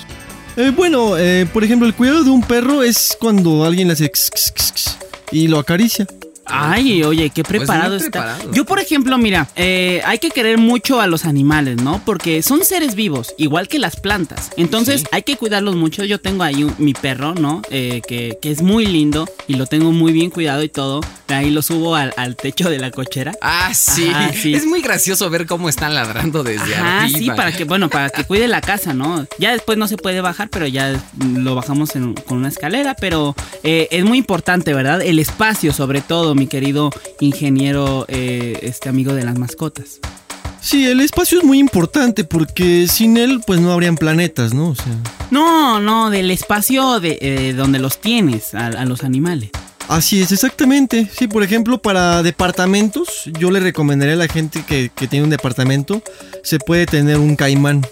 [SPEAKER 10] Eh, bueno, eh, por ejemplo, el cuidado de un perro es cuando alguien le hace x, x, x, x, y lo acaricia.
[SPEAKER 3] Ay, oye, qué
[SPEAKER 2] Pues muy
[SPEAKER 3] preparado está.
[SPEAKER 2] preparado.
[SPEAKER 3] Yo, por ejemplo, mira, eh, hay que querer mucho a los animales, ¿no? Porque son seres vivos, igual que las plantas. Entonces,
[SPEAKER 2] Sí.
[SPEAKER 3] hay que cuidarlos mucho. Yo tengo ahí un- mi perro, ¿no? Eh, que, que es muy lindo y lo tengo muy bien cuidado y todo. Ahí lo subo al, al techo de la cochera.
[SPEAKER 2] Ah, sí.
[SPEAKER 3] Ajá, sí.
[SPEAKER 2] Es muy gracioso ver cómo están ladrando desde
[SPEAKER 3] Ajá,
[SPEAKER 2] arriba.
[SPEAKER 3] sí, para que, bueno, para que cuide la casa, ¿no? Ya después no se puede bajar, pero ya lo bajamos en- con una escalera, pero eh, es muy importante, ¿verdad? El espacio, sobre todo, mi querido ingeniero, eh, este amigo de las mascotas.
[SPEAKER 10] Sí, el espacio es muy importante porque sin él, pues no habrían planetas, ¿no? O sea.
[SPEAKER 3] No, no, del espacio de eh, donde los tienes, a, a los animales.
[SPEAKER 10] Así es, exactamente. Sí, por ejemplo, para departamentos, yo le recomendaría a la gente que, que tiene un departamento, se puede tener un caimán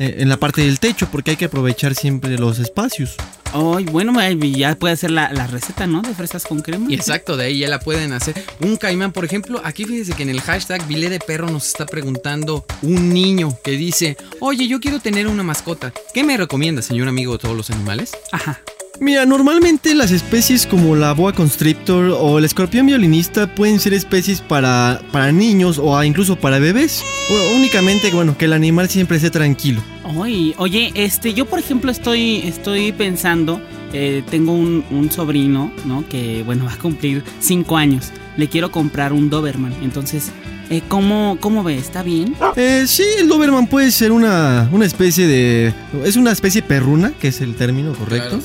[SPEAKER 10] eh, en la parte del techo, porque hay que aprovechar siempre los espacios.
[SPEAKER 3] Ay, bueno, ya puede ser la, la receta, ¿no? De fresas con crema.
[SPEAKER 2] Y exacto, de ahí ya la pueden hacer. Un caimán, por ejemplo, aquí fíjense que en el hashtag Vile de Perro nos está preguntando un niño que dice, oye, yo quiero tener una mascota. ¿Qué me recomienda, señor amigo de todos los animales?
[SPEAKER 3] Ajá.
[SPEAKER 10] Mira, normalmente las especies como la boa constrictor o el escorpión violinista pueden ser especies para, para niños o incluso para bebés. O- únicamente, bueno, que el animal siempre esté tranquilo.
[SPEAKER 3] Ay, oye, este, yo por ejemplo estoy, estoy pensando, eh, tengo un, un sobrino, ¿no? Que bueno, va a cumplir cinco años. Le quiero comprar un Doberman. Entonces, eh, ¿cómo, ¿cómo ve? ¿Está bien?
[SPEAKER 10] Eh, sí, el Doberman puede ser una, una especie de... Es una especie perruna, que es el término correcto.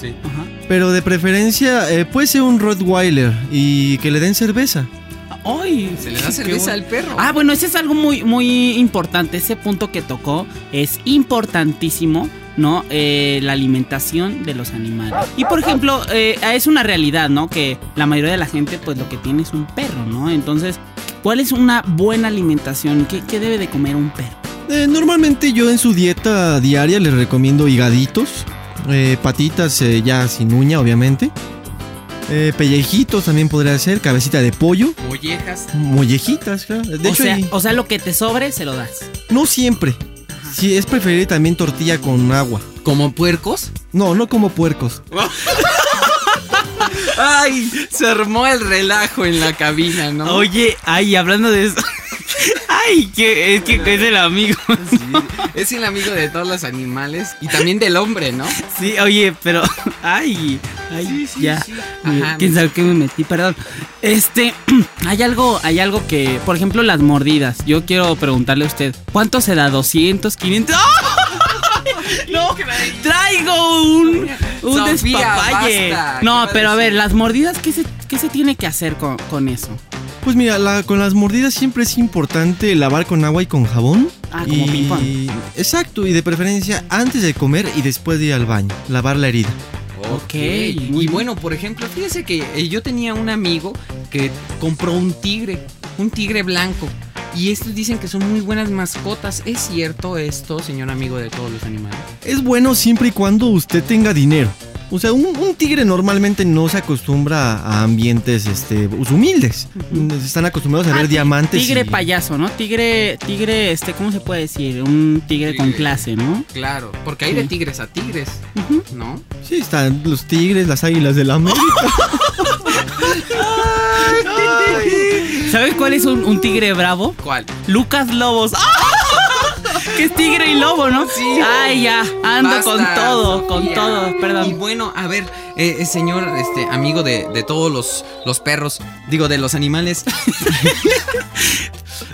[SPEAKER 10] Pero de preferencia eh, puede ser un Rottweiler y que le den cerveza.
[SPEAKER 3] ¡Ay!
[SPEAKER 2] Se le
[SPEAKER 3] qué
[SPEAKER 2] da cerveza al
[SPEAKER 3] bueno.
[SPEAKER 2] perro.
[SPEAKER 3] Ah, bueno, ese es algo muy, muy importante. Ese punto que tocó es importantísimo, ¿no? Eh, la alimentación de los animales. Y por ejemplo, eh, es una realidad, ¿no? Que la mayoría de la gente, pues lo que tiene es un perro, ¿no? Entonces, ¿cuál es una buena alimentación? ¿Qué, qué debe de comer un perro?
[SPEAKER 10] Eh, normalmente yo en su dieta diaria les recomiendo higaditos, eh, patitas eh, ya sin uña, obviamente. eh, pellejitos también podría ser, cabecita de pollo,
[SPEAKER 2] Mollejas.
[SPEAKER 10] mollejitas, claro. De
[SPEAKER 3] o,
[SPEAKER 10] hecho,
[SPEAKER 3] sea,
[SPEAKER 10] y-
[SPEAKER 3] o sea, lo que te sobre se lo das.
[SPEAKER 10] no siempre. Sí, es preferible también tortilla con agua.
[SPEAKER 2] ¿Como puercos?
[SPEAKER 10] No, no como puercos.
[SPEAKER 2] Ay, se armó el relajo en la cabina, ¿no?
[SPEAKER 3] Oye, ay, hablando de eso. ay, que es que es el amigo.
[SPEAKER 2] Es el amigo de todos los animales y también del hombre, ¿no?
[SPEAKER 3] Sí, oye, pero. Ay, ay, ya.
[SPEAKER 2] Ajá.
[SPEAKER 3] Quién sabe qué me metí, perdón. Este, hay algo, hay algo que. Por ejemplo, las mordidas. Yo quiero preguntarle a usted: ¿cuánto se da? ¿200? ¿500? ¡Ay! No, traigo un, un
[SPEAKER 2] Sofía,
[SPEAKER 3] despapalle.
[SPEAKER 2] basta.
[SPEAKER 3] no,
[SPEAKER 2] ¿Qué va a
[SPEAKER 3] pero a ver,
[SPEAKER 2] decir?
[SPEAKER 3] las mordidas, ¿qué se, qué se tiene que hacer con, con eso?
[SPEAKER 10] Pues mira, la- con las mordidas siempre es importante lavar con agua y con jabón.
[SPEAKER 3] Ah, como
[SPEAKER 10] Y-
[SPEAKER 3] ping-pong.
[SPEAKER 10] Exacto, y de preferencia antes de comer y después de ir al baño, lavar la herida.
[SPEAKER 2] Ok.
[SPEAKER 3] muy
[SPEAKER 2] Y bueno, por ejemplo, fíjese que eh, yo tenía un amigo que compró un tigre, un tigre blanco. Y estos dicen que son muy buenas mascotas. ¿Es cierto esto, señor amigo de todos los animales?
[SPEAKER 10] Es bueno siempre y cuando usted tenga dinero. O sea, un, un tigre normalmente no se acostumbra a ambientes este, humildes. Mm, Están acostumbrados a ver diamantes.
[SPEAKER 3] Ah, Tigre
[SPEAKER 10] y-
[SPEAKER 3] payaso, ¿no? Tigre, tigre, este, ¿cómo se puede decir? Un tigre, con
[SPEAKER 2] Tigre.
[SPEAKER 3] clase, ¿no?
[SPEAKER 2] Claro, porque hay de tigres a tigres, ¿no?
[SPEAKER 10] Sí, están los tigres, las águilas de la América.
[SPEAKER 3] ¿Sabes cuál es un, un tigre bravo?
[SPEAKER 2] ¿Cuál?
[SPEAKER 3] Lucas Lobos. ¡Ah! Que es tigre y lobo, ¿no?
[SPEAKER 2] Sí.
[SPEAKER 3] Ay, ya, ando
[SPEAKER 2] Basta,
[SPEAKER 3] con todo, con
[SPEAKER 2] Sofía.
[SPEAKER 3] todo,
[SPEAKER 2] Y
[SPEAKER 3] perdón.
[SPEAKER 2] bueno, a ver, eh, eh, señor, este amigo de, de todos los, los perros, digo, de los animales.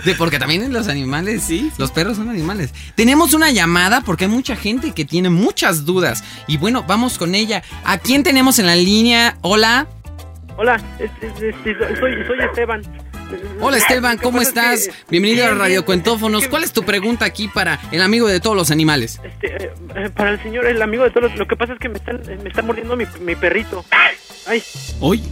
[SPEAKER 2] de, porque también los animales, sí, los perros son animales. Tenemos una llamada porque hay mucha gente que tiene muchas dudas. Y bueno, vamos con ella. ¿A quién tenemos en la línea? Hola.
[SPEAKER 4] Hola, este, este, soy, soy Esteban.
[SPEAKER 2] Hola Esteban,
[SPEAKER 4] Lo que
[SPEAKER 2] ¿cómo
[SPEAKER 4] pasa es
[SPEAKER 2] estás? Bienvenido a Radio Cuentófonos. ¿Cuál es tu pregunta aquí para el amigo de todos los animales?
[SPEAKER 4] que, este, eh, eh, para el señor, el amigo de todos, lo que pasa es que me, están, eh, me está mordiendo mi, mi perrito. Ay, sí,
[SPEAKER 2] Hoy.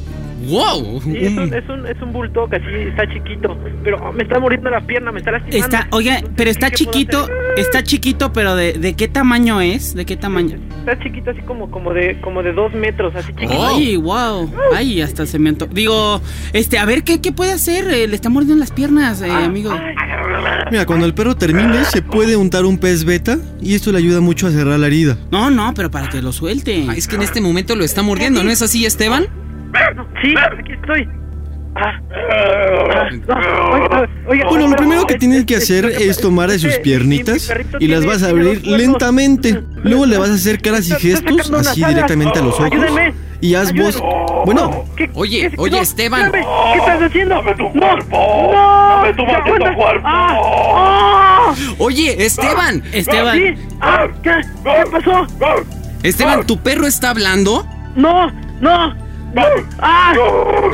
[SPEAKER 2] ¡Wow!
[SPEAKER 4] es un, es un, es un bulldog así, está chiquito, pero ah, me está mordiendo la pierna, me está lastimando.
[SPEAKER 3] Está, oiga, pero está chiquito, está chiquito, pero de, ¿de qué tamaño es? ¿De qué tamaño?
[SPEAKER 4] Está chiquito así como, como, de, como de dos metros, así chiquito.
[SPEAKER 2] Oh.
[SPEAKER 3] Ay, wow. Ay, hasta cemento. Digo, este, a ver, ¿qué, qué puede hacer? Eh, Le está mordiendo las piernas,
[SPEAKER 2] Ah.
[SPEAKER 3] eh, amigo.
[SPEAKER 10] Mira, cuando el perro termine, se puede untar un pez beta y esto le ayuda mucho a cerrar la herida.
[SPEAKER 3] No, no, pero para que lo suelte.
[SPEAKER 2] Ah, es que en este momento lo está mordiendo, ¿no es así, Esteban?
[SPEAKER 4] Sí, aquí estoy. Ah, ah, no, oiga, oiga,
[SPEAKER 10] Bueno, lo
[SPEAKER 4] pero-
[SPEAKER 10] primero que tienes que hacer
[SPEAKER 4] lo que
[SPEAKER 10] es
[SPEAKER 4] pasa-
[SPEAKER 10] tomar de sus
[SPEAKER 4] este, mi- mi
[SPEAKER 10] piernitas
[SPEAKER 4] perrito
[SPEAKER 10] y las
[SPEAKER 4] tiene-
[SPEAKER 10] vas a
[SPEAKER 4] tiene
[SPEAKER 10] abrir
[SPEAKER 4] los huesos.
[SPEAKER 10] lentamente. Luego le vas a hacer caras y
[SPEAKER 4] Está- está
[SPEAKER 10] gestos
[SPEAKER 4] sacando unas
[SPEAKER 10] así
[SPEAKER 4] alas.
[SPEAKER 10] directamente a los ojos.
[SPEAKER 4] Ayúdeme.
[SPEAKER 10] Y haz voz. Bueno,
[SPEAKER 4] ¿Qué-
[SPEAKER 2] Oye,
[SPEAKER 4] qué-
[SPEAKER 2] oye,
[SPEAKER 4] no,
[SPEAKER 2] Esteban.
[SPEAKER 4] espérame, ¿Qué estás haciendo? ¡Dame tu cuerpo! ¡No! ¡Dame tu maldito cuerpo! ¡Ah! ¡Ah!
[SPEAKER 2] Oye, Esteban.
[SPEAKER 3] Esteban.
[SPEAKER 4] ¿Sí? Ah, ¿Qué? ¿Qué pasó?
[SPEAKER 2] Esteban, ¿tu perro está hablando?
[SPEAKER 4] ¡No! ¡No! no. ¡Ah!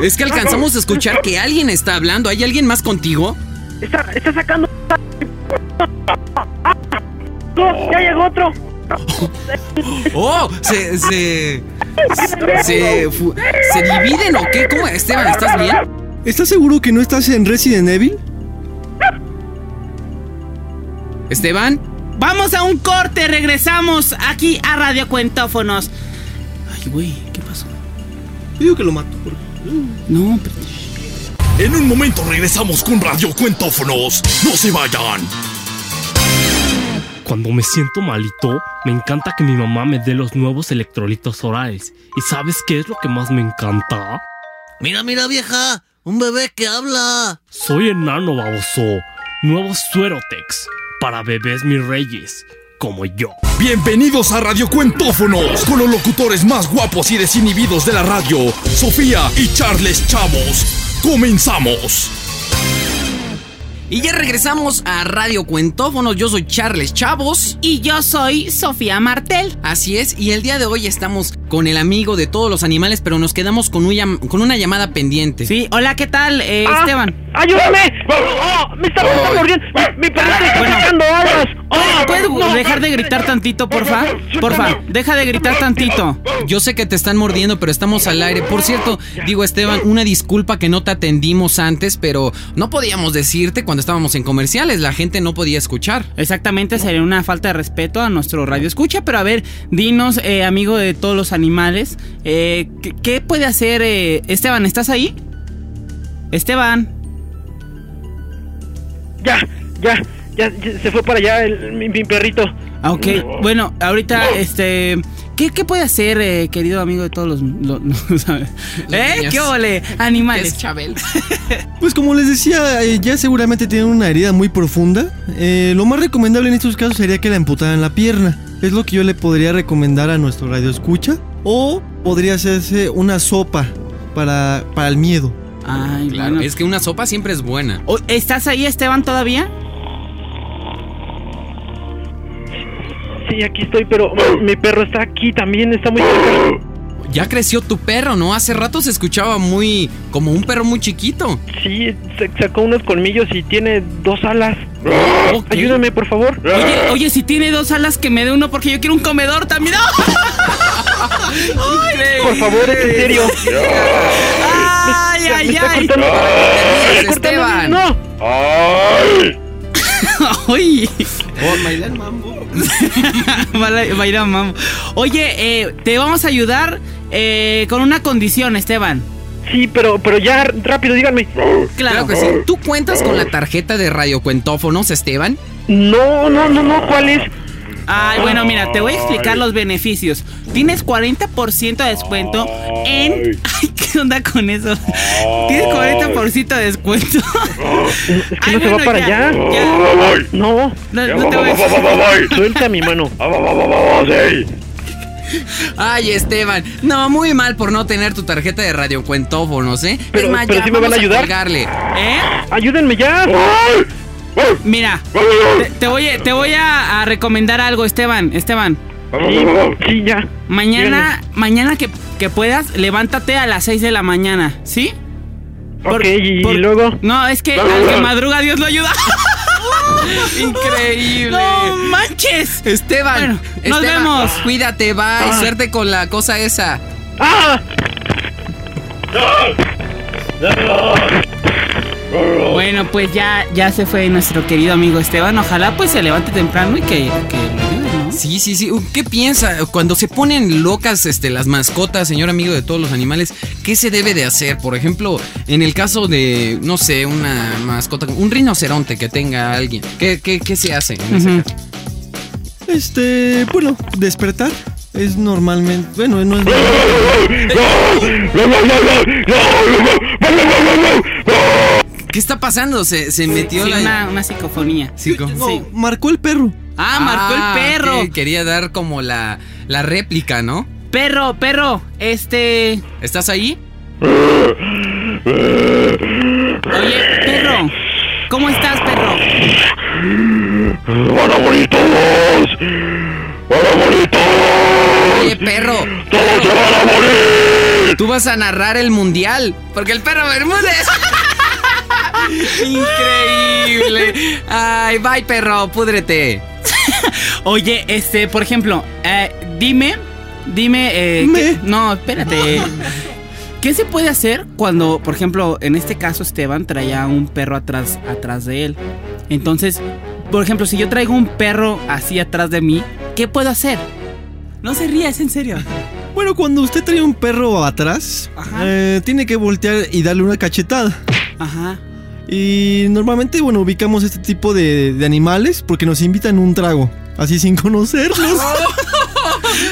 [SPEAKER 2] Es que alcanzamos a escuchar que alguien está hablando. ¿Hay alguien más contigo?
[SPEAKER 4] Está, está sacando... ¡Ah! ¡No! ¡Ya llegó otro!
[SPEAKER 2] ¡Oh! Se. Se.
[SPEAKER 4] Ah,
[SPEAKER 2] Se, fu- ¿se dividen o qué? ¿Cómo, Esteban? ¿Estás bien?
[SPEAKER 10] ¿Estás seguro que no estás en Resident Evil?
[SPEAKER 2] Esteban.
[SPEAKER 3] Vamos a un corte, regresamos aquí a Radio Cuentófonos. Ay, güey, ¿qué pasó?
[SPEAKER 10] Digo que lo mato.
[SPEAKER 3] No,
[SPEAKER 1] En un momento regresamos con Radio Cuentófonos. No se vayan.
[SPEAKER 12] Cuando me siento malito, me encanta que mi mamá me dé los nuevos electrolitos orales. ¿Y sabes qué es lo que más me encanta?
[SPEAKER 13] Mira, mira, vieja. Un bebé que habla.
[SPEAKER 12] Soy enano baboso. Nuevos suerotex para bebés mis reyes, como yo.
[SPEAKER 1] Bienvenidos a Radio Cuentófonos, con los locutores más guapos y desinhibidos de la radio, Sofía y Charles Chavos. ¡Comenzamos!
[SPEAKER 2] Y ya regresamos a Radio Cuentófonos. Yo soy Charles Chavos.
[SPEAKER 3] Y yo soy Sofía Martel.
[SPEAKER 2] Así es, y el día de hoy estamos con el amigo de todos los animales, pero nos quedamos con, un llam- con una llamada pendiente.
[SPEAKER 3] Sí, hola, ¿qué tal, eh,
[SPEAKER 2] Ah,
[SPEAKER 3] Esteban?
[SPEAKER 4] ¡Ayúdame! ¡Oh! ¡Me está, me está mordiendo! ¡Mi, mi perrito está sacando alas! ¡Oh!
[SPEAKER 3] ¿Puedes
[SPEAKER 4] no!
[SPEAKER 3] dejar de gritar tantito, porfa? Porfa, deja de gritar tantito.
[SPEAKER 2] Yo sé que te están mordiendo, pero estamos al aire. Por cierto, digo Esteban, una disculpa que no te atendimos antes, pero no podíamos decirte cuando estábamos en comerciales, la gente no podía escuchar.
[SPEAKER 3] Exactamente, sería una falta de respeto a nuestro radio escucha, pero a ver, dinos, eh, amigo de todos los animales, eh, ¿qué, qué puede hacer eh, Esteban? ¿Estás ahí? Esteban.
[SPEAKER 4] Ya, ya, ya, ya, se fue para allá el, mi, mi perrito.
[SPEAKER 3] Ah, ok. Bueno, ahorita, este... ¿Qué, qué puede hacer, eh, querido amigo de todos los... lo- los- ¿Eh?
[SPEAKER 4] niños.
[SPEAKER 3] ¿Qué ole? Animales.
[SPEAKER 2] Es Chabel.
[SPEAKER 10] Pues como les decía, eh, ya seguramente tienen una herida muy profunda. Eh, lo más recomendable en estos casos sería que le amputaran la pierna. Es lo que yo le podría recomendar a nuestro radio escucha. O podría hacerse una sopa para, para el miedo.
[SPEAKER 3] Ay,
[SPEAKER 2] Claro, es que una sopa siempre es buena.
[SPEAKER 3] O- ¿Estás ahí, Esteban, todavía?
[SPEAKER 4] Sí, aquí estoy, pero mi perro está aquí también, está muy cerca.
[SPEAKER 2] Ya creció tu perro, ¿no? Hace rato se escuchaba muy... como un perro muy chiquito.
[SPEAKER 4] Sí, se- sacó unos colmillos y tiene dos alas. Ayúdame, por favor.
[SPEAKER 3] Oye, oye, si tiene dos alas, que me dé uno porque yo quiero un comedor también. Ay,
[SPEAKER 4] Por favor, es en serio.
[SPEAKER 3] Ay, ay, ay.
[SPEAKER 2] Esteban.
[SPEAKER 4] No.
[SPEAKER 3] Ay.
[SPEAKER 10] bailar mambo.
[SPEAKER 3] Baila- baila mambo. Oye, eh, te vamos a ayudar eh, con una condición, Esteban.
[SPEAKER 4] Sí, pero, pero ya rápido, díganme.
[SPEAKER 2] Claro que sí. ¿Tú cuentas con la tarjeta de radiocuentófonos, Esteban?
[SPEAKER 4] No, no, no, no, ¿cuál es?
[SPEAKER 3] Ay, bueno, mira, te voy a explicar los beneficios. Tienes 40% de descuento en. Ay, ¿qué onda con eso? Tienes 40% de descuento.
[SPEAKER 4] Es que
[SPEAKER 3] Ay,
[SPEAKER 4] no se va
[SPEAKER 3] bueno,
[SPEAKER 4] para
[SPEAKER 3] ya,
[SPEAKER 4] allá.
[SPEAKER 3] ya.
[SPEAKER 4] No.
[SPEAKER 3] No, no te voy a decir.
[SPEAKER 4] Suelta mi mano.
[SPEAKER 2] Ay, Esteban. No, muy mal por no tener tu tarjeta de radiocuentófonos, ¿eh?
[SPEAKER 4] Pero- pero sí me van
[SPEAKER 2] vamos
[SPEAKER 4] a ayudar.
[SPEAKER 2] colgarle.
[SPEAKER 3] ¿Eh?
[SPEAKER 4] Ayúdenme ya.
[SPEAKER 3] Mira, te, te voy, a- te voy a, a recomendar algo, Esteban. Esteban.
[SPEAKER 4] Sí, sí, ya.
[SPEAKER 3] Mañana, mañana que, que puedas, levántate a las 6 de la mañana, ¿sí?
[SPEAKER 4] ok, y, y luego.
[SPEAKER 3] No, es que al que madruga Dios lo ayuda.
[SPEAKER 2] Increíble.
[SPEAKER 3] ¡No manches!
[SPEAKER 2] Esteban,
[SPEAKER 3] Bueno, nos
[SPEAKER 2] Esteban,
[SPEAKER 3] vemos. Ah.
[SPEAKER 2] Cuídate, bye. Suerte con la cosa esa.
[SPEAKER 4] ¡Ah!
[SPEAKER 3] Bueno, pues ya, ya se fue nuestro querido amigo Esteban. Ojalá pues se levante temprano y que, que lo ayude, ¿no?
[SPEAKER 2] Sí, sí, sí. Uh, ¿Qué piensa? Cuando se ponen locas este, las mascotas, señor amigo de todos los animales, ¿qué se debe de hacer? Por ejemplo, en el caso de, no sé, una mascota, un rinoceronte que tenga alguien, ¿qué, qué, qué se hace? en ese caso?
[SPEAKER 10] Este, bueno, despertar es normalmente... Bueno, no es...
[SPEAKER 2] ¿Qué está pasando? Se, se metió
[SPEAKER 3] Sí,
[SPEAKER 2] la...
[SPEAKER 3] una, una psicofonía.
[SPEAKER 2] Sí, como-
[SPEAKER 10] No, marcó el perro.
[SPEAKER 3] Ah, marcó
[SPEAKER 2] Ah,
[SPEAKER 3] el perro.
[SPEAKER 2] ok, Quería dar como la, la réplica, ¿no?
[SPEAKER 3] Perro, perro, este...
[SPEAKER 2] ¿Estás ahí?
[SPEAKER 3] Oye, perro. ¿Cómo estás, perro?
[SPEAKER 14] ¡Hola, bonitos!
[SPEAKER 2] Oye, perro. perro. Tú vas a narrar el mundial. Porque el perro Bermúdez. Increíble. Ay, bye, perro. Púdrete.
[SPEAKER 3] Oye, este, por ejemplo, eh, dime, dime, eh, ¿qué- no, espérate. ¿Qué se puede hacer cuando, por ejemplo, en este caso Esteban traía un perro atrás, atrás de él? Entonces, por ejemplo, si yo traigo un perro así atrás de mí, ¿qué puedo hacer? No se ría, es en serio.
[SPEAKER 10] Bueno, cuando usted trae un perro atrás, eh, tiene que voltear y darle una cachetada.
[SPEAKER 3] Ajá.
[SPEAKER 10] Y normalmente, bueno, ubicamos este tipo de, de animales porque nos invitan un trago, así sin conocerlos.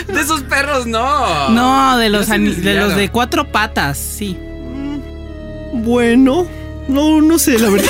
[SPEAKER 2] De esos perros, no.
[SPEAKER 3] No, de los,
[SPEAKER 2] Yo soy
[SPEAKER 3] ani- de
[SPEAKER 2] lesbiana.
[SPEAKER 3] los de cuatro patas, sí.
[SPEAKER 10] bueno, no, no sé, la verdad.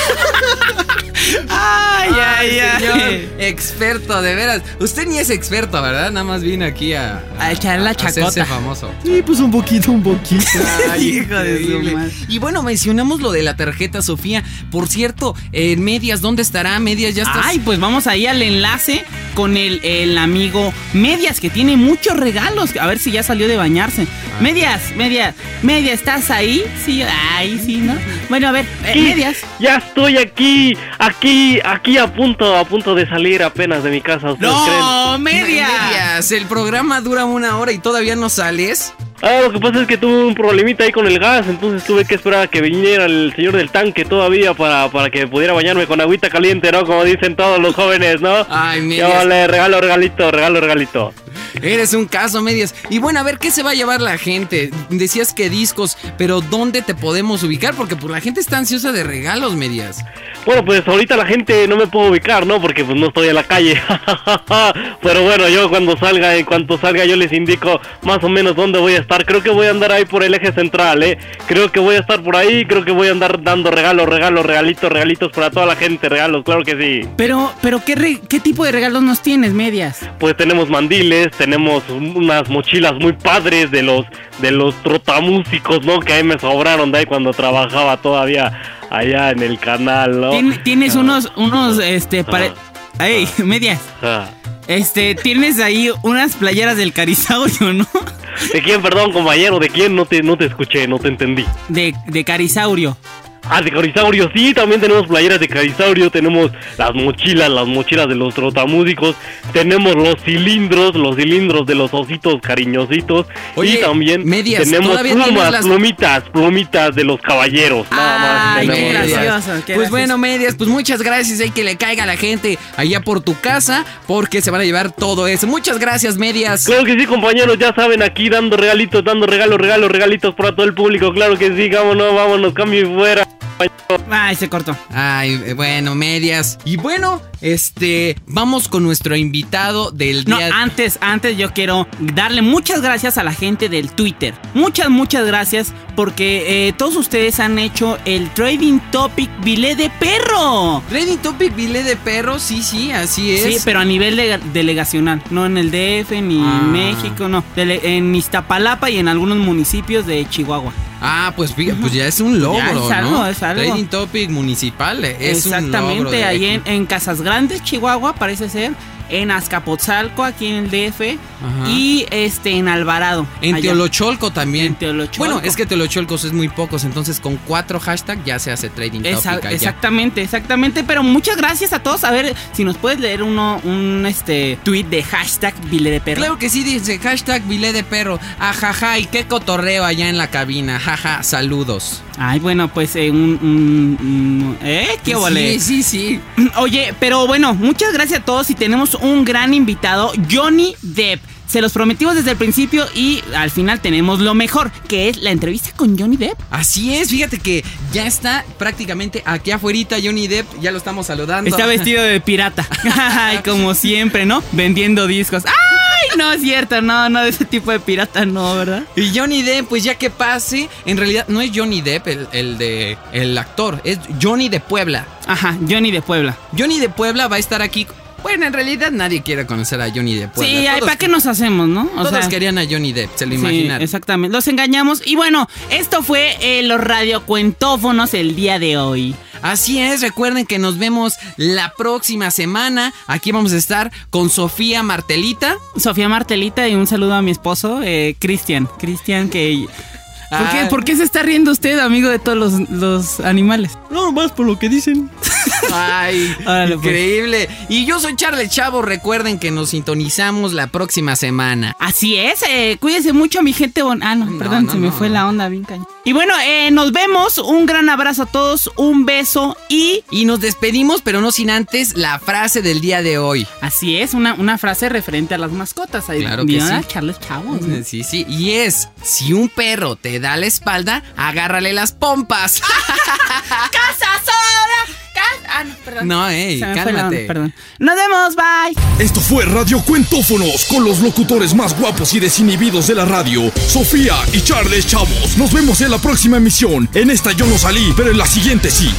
[SPEAKER 3] Ay,
[SPEAKER 2] ay,
[SPEAKER 3] ay.
[SPEAKER 2] señor, experto, de veras. Usted ni es experto, ¿verdad? Nada más vino aquí a,
[SPEAKER 3] A echar la
[SPEAKER 2] hacerse
[SPEAKER 3] chacota.
[SPEAKER 2] famoso.
[SPEAKER 10] Sí, pues un poquito, un poquito.
[SPEAKER 2] Ay,
[SPEAKER 3] Hijo de su
[SPEAKER 2] increíble.
[SPEAKER 3] madre.
[SPEAKER 2] Y bueno, mencionamos lo de la tarjeta, Sofía. Por cierto, en medias, ¿dónde estará? Medias ya estás.
[SPEAKER 3] Ay, pues vamos ahí al enlace con el, el amigo Medias, que tiene muchos regalos. A ver si ya salió de bañarse. Medias, medias, medias, ¿estás ahí? Sí, ay, sí, ¿no? Bueno, a ver, eh, medias.
[SPEAKER 15] Ya estoy aquí, aquí, aquí a punto, a punto de salir apenas de mi casa. ¿Ustedes creen?
[SPEAKER 3] medias.
[SPEAKER 2] Medias, el programa dura una hora y todavía no sales.
[SPEAKER 15] Ah, lo que pasa es que tuve un problemita ahí con el gas, entonces tuve que esperar a que viniera el señor del tanque todavía para, para que pudiera bañarme con agüita caliente, ¿no? Como dicen todos los jóvenes, ¿no?
[SPEAKER 2] Ay,
[SPEAKER 15] Yo
[SPEAKER 2] medias.
[SPEAKER 15] le regalo regalito, regalo regalito.
[SPEAKER 2] Eres un caso, medias. Y bueno, a ver, ¿qué se va a llevar la gente? Decías que discos, pero ¿dónde te podemos ubicar? Porque pues, la gente está ansiosa de regalos, medias.
[SPEAKER 15] Bueno, pues ahorita la gente no me puedo ubicar, ¿no? Porque pues no estoy en la calle. Pero bueno, yo cuando salga, en cuanto salga yo les indico más o menos dónde voy a estar. Creo que voy a andar ahí por el eje central, ¿eh? Creo que voy a estar por ahí, creo que voy a andar dando regalos, regalos, regalitos, regalitos para toda la gente, regalos, claro que sí.
[SPEAKER 3] Pero, pero ¿qué, re- qué tipo de regalos nos tienes, medias?
[SPEAKER 15] Pues tenemos mandiles, tenemos unas mochilas muy padres de los de los trotamúsicos, ¿no? Que ahí me sobraron de ahí cuando trabajaba todavía allá en el canal, ¿no?
[SPEAKER 3] Tien- tienes unos, unos, este, pare- Ay, medias.
[SPEAKER 15] Ah.
[SPEAKER 3] Este, tienes ahí unas playeras del Carisaurio, ¿no?
[SPEAKER 15] ¿De quién, perdón, compañero? ¿De quién? No te, no te escuché, no te entendí.
[SPEAKER 3] De, de Carisaurio.
[SPEAKER 15] Ah, de Carisaurio, sí, también tenemos playeras de Carisaurio, tenemos las mochilas, las mochilas de los trotamúsicos, tenemos los cilindros, los cilindros de los ositos cariñositos,
[SPEAKER 2] Oye,
[SPEAKER 15] y también
[SPEAKER 2] medias,
[SPEAKER 15] tenemos
[SPEAKER 2] todavía tienes
[SPEAKER 15] plumas,
[SPEAKER 2] las-
[SPEAKER 15] plumitas, plumitas de los caballeros, nada más.
[SPEAKER 2] Ay,
[SPEAKER 15] tenemos
[SPEAKER 2] medias.
[SPEAKER 15] esas.
[SPEAKER 2] Pues bueno, medias, pues muchas gracias. Hay que le caiga a la gente allá por tu casa porque se van a llevar todo eso. Muchas gracias, medias.
[SPEAKER 15] Claro que sí, compañeros, ya saben, aquí dando regalitos, dando regalos, regalos, regalitos para todo el público, claro que sí, vámonos, vámonos, cambio y fuera.
[SPEAKER 3] Ay, se cortó.
[SPEAKER 2] Ay, eh, bueno, medias. Y bueno, este, vamos con nuestro invitado del
[SPEAKER 3] No,
[SPEAKER 2] día.
[SPEAKER 3] antes, antes yo quiero darle muchas gracias a la gente del Twitter. Muchas, muchas gracias porque eh, todos ustedes han hecho el Trading Topic Bilé de Perro.
[SPEAKER 2] Trading Topic Bilé de Perro, sí, sí, así es.
[SPEAKER 3] Sí, pero a nivel de- delegacional, no en el DF ni
[SPEAKER 2] Ah.
[SPEAKER 3] en México, no. Dele- en Iztapalapa y en algunos municipios de Chihuahua.
[SPEAKER 2] Ah, pues, fija- pues ya es un logro,
[SPEAKER 3] Ya es algo,
[SPEAKER 2] ¿no?
[SPEAKER 3] es algo.
[SPEAKER 2] Trading Topic municipal, eh, es
[SPEAKER 3] Exactamente,
[SPEAKER 2] un logro de-
[SPEAKER 3] ahí en, en Casas Grandes, Chihuahua, parece ser. En Azcapotzalco, aquí en el DF.
[SPEAKER 2] Ajá.
[SPEAKER 3] Y este en Alvarado.
[SPEAKER 2] En
[SPEAKER 3] allá.
[SPEAKER 2] Teolocholco también.
[SPEAKER 3] Teolocholco.
[SPEAKER 2] Bueno, es que Teolocholcos es muy pocos, entonces con cuatro hashtags ya se hace Trading Topic
[SPEAKER 3] Esa-
[SPEAKER 2] allá.
[SPEAKER 3] exactamente, exactamente. Pero muchas gracias a todos. A ver si nos puedes leer uno, un este tweet de hashtag Vile de Perro.
[SPEAKER 2] Claro que sí, dice hashtag bilé de perro. Ajaja, y qué cotorreo allá en la cabina. Jaja, saludos.
[SPEAKER 3] Ay, bueno, pues eh, un, un- un- ¿Eh? ¿Qué
[SPEAKER 2] Sí,
[SPEAKER 3] vole?
[SPEAKER 2] sí, sí.
[SPEAKER 3] Oye, pero bueno, muchas gracias a todos y tenemos un gran invitado, Johnny Depp. Se los prometimos desde el principio y al final tenemos lo mejor, que es la entrevista con Johnny Depp.
[SPEAKER 2] Así es, fíjate que ya está prácticamente aquí afuerita Johnny Depp, ya lo estamos saludando.
[SPEAKER 3] Está vestido de pirata. Ay, como siempre, ¿no? Vendiendo discos. Ay, no es cierto, no, no, de ese tipo de pirata no, ¿verdad?
[SPEAKER 2] Y Johnny Depp, pues ya que pase, en realidad no es Johnny Depp el, el de el actor, es Johnny de Puebla.
[SPEAKER 3] Ajá, Johnny de Puebla.
[SPEAKER 2] Johnny de Puebla va a estar aquí. Bueno, en realidad nadie quiere conocer a Johnny de Puebla.
[SPEAKER 3] sí, ay,
[SPEAKER 2] Todos-
[SPEAKER 3] ¿para qué nos hacemos, no? O
[SPEAKER 2] todos
[SPEAKER 3] sea,
[SPEAKER 2] querían a Johnny Depp, se lo
[SPEAKER 3] sí,
[SPEAKER 2] imaginaron.
[SPEAKER 3] exactamente, los engañamos. Y bueno, esto fue eh, los radiocuentófonos el día de hoy.
[SPEAKER 2] Así es, recuerden que nos vemos la próxima semana. Aquí vamos a estar con Sofía Martelita.
[SPEAKER 3] Sofía Martelita y un saludo a mi esposo, eh, Cristian. Cristian que... ¿Por qué,
[SPEAKER 2] Ah.
[SPEAKER 3] por qué se está riendo usted, amigo de todos los, los animales?
[SPEAKER 10] No, más por lo que dicen.
[SPEAKER 2] Ay, increíble. Y yo soy Charles Chavo. Recuerden que nos sintonizamos la próxima semana.
[SPEAKER 3] Así es, eh, cuídense mucho mi gente bon- Ah, no, perdón,
[SPEAKER 2] no,
[SPEAKER 3] se me
[SPEAKER 2] no,
[SPEAKER 3] fue la onda bien cañón. Y bueno, eh, nos vemos, un gran abrazo a todos, un beso y...
[SPEAKER 2] Y nos despedimos, pero no sin antes la frase del día de hoy.
[SPEAKER 3] Así es, una, una frase referente a las mascotas. Ahí
[SPEAKER 2] Claro que
[SPEAKER 3] vieron
[SPEAKER 2] sí.
[SPEAKER 3] a Charles Chavo. ¿no?
[SPEAKER 2] Sí, sí. Y es, si un perro te da la espalda, agárrale las pompas.
[SPEAKER 3] ¡Casa sola! Casa- Ah, no, perdón.
[SPEAKER 2] No, ey,
[SPEAKER 3] Se me fue la onda,
[SPEAKER 2] cálmate.
[SPEAKER 3] perdón. Nos vemos, bye.
[SPEAKER 1] Esto fue Radio Cuentófonos con los locutores más guapos y desinhibidos de la radio, Sofía y Charles Chavos. Nos vemos en la próxima emisión. En esta yo no salí, pero en la siguiente sí.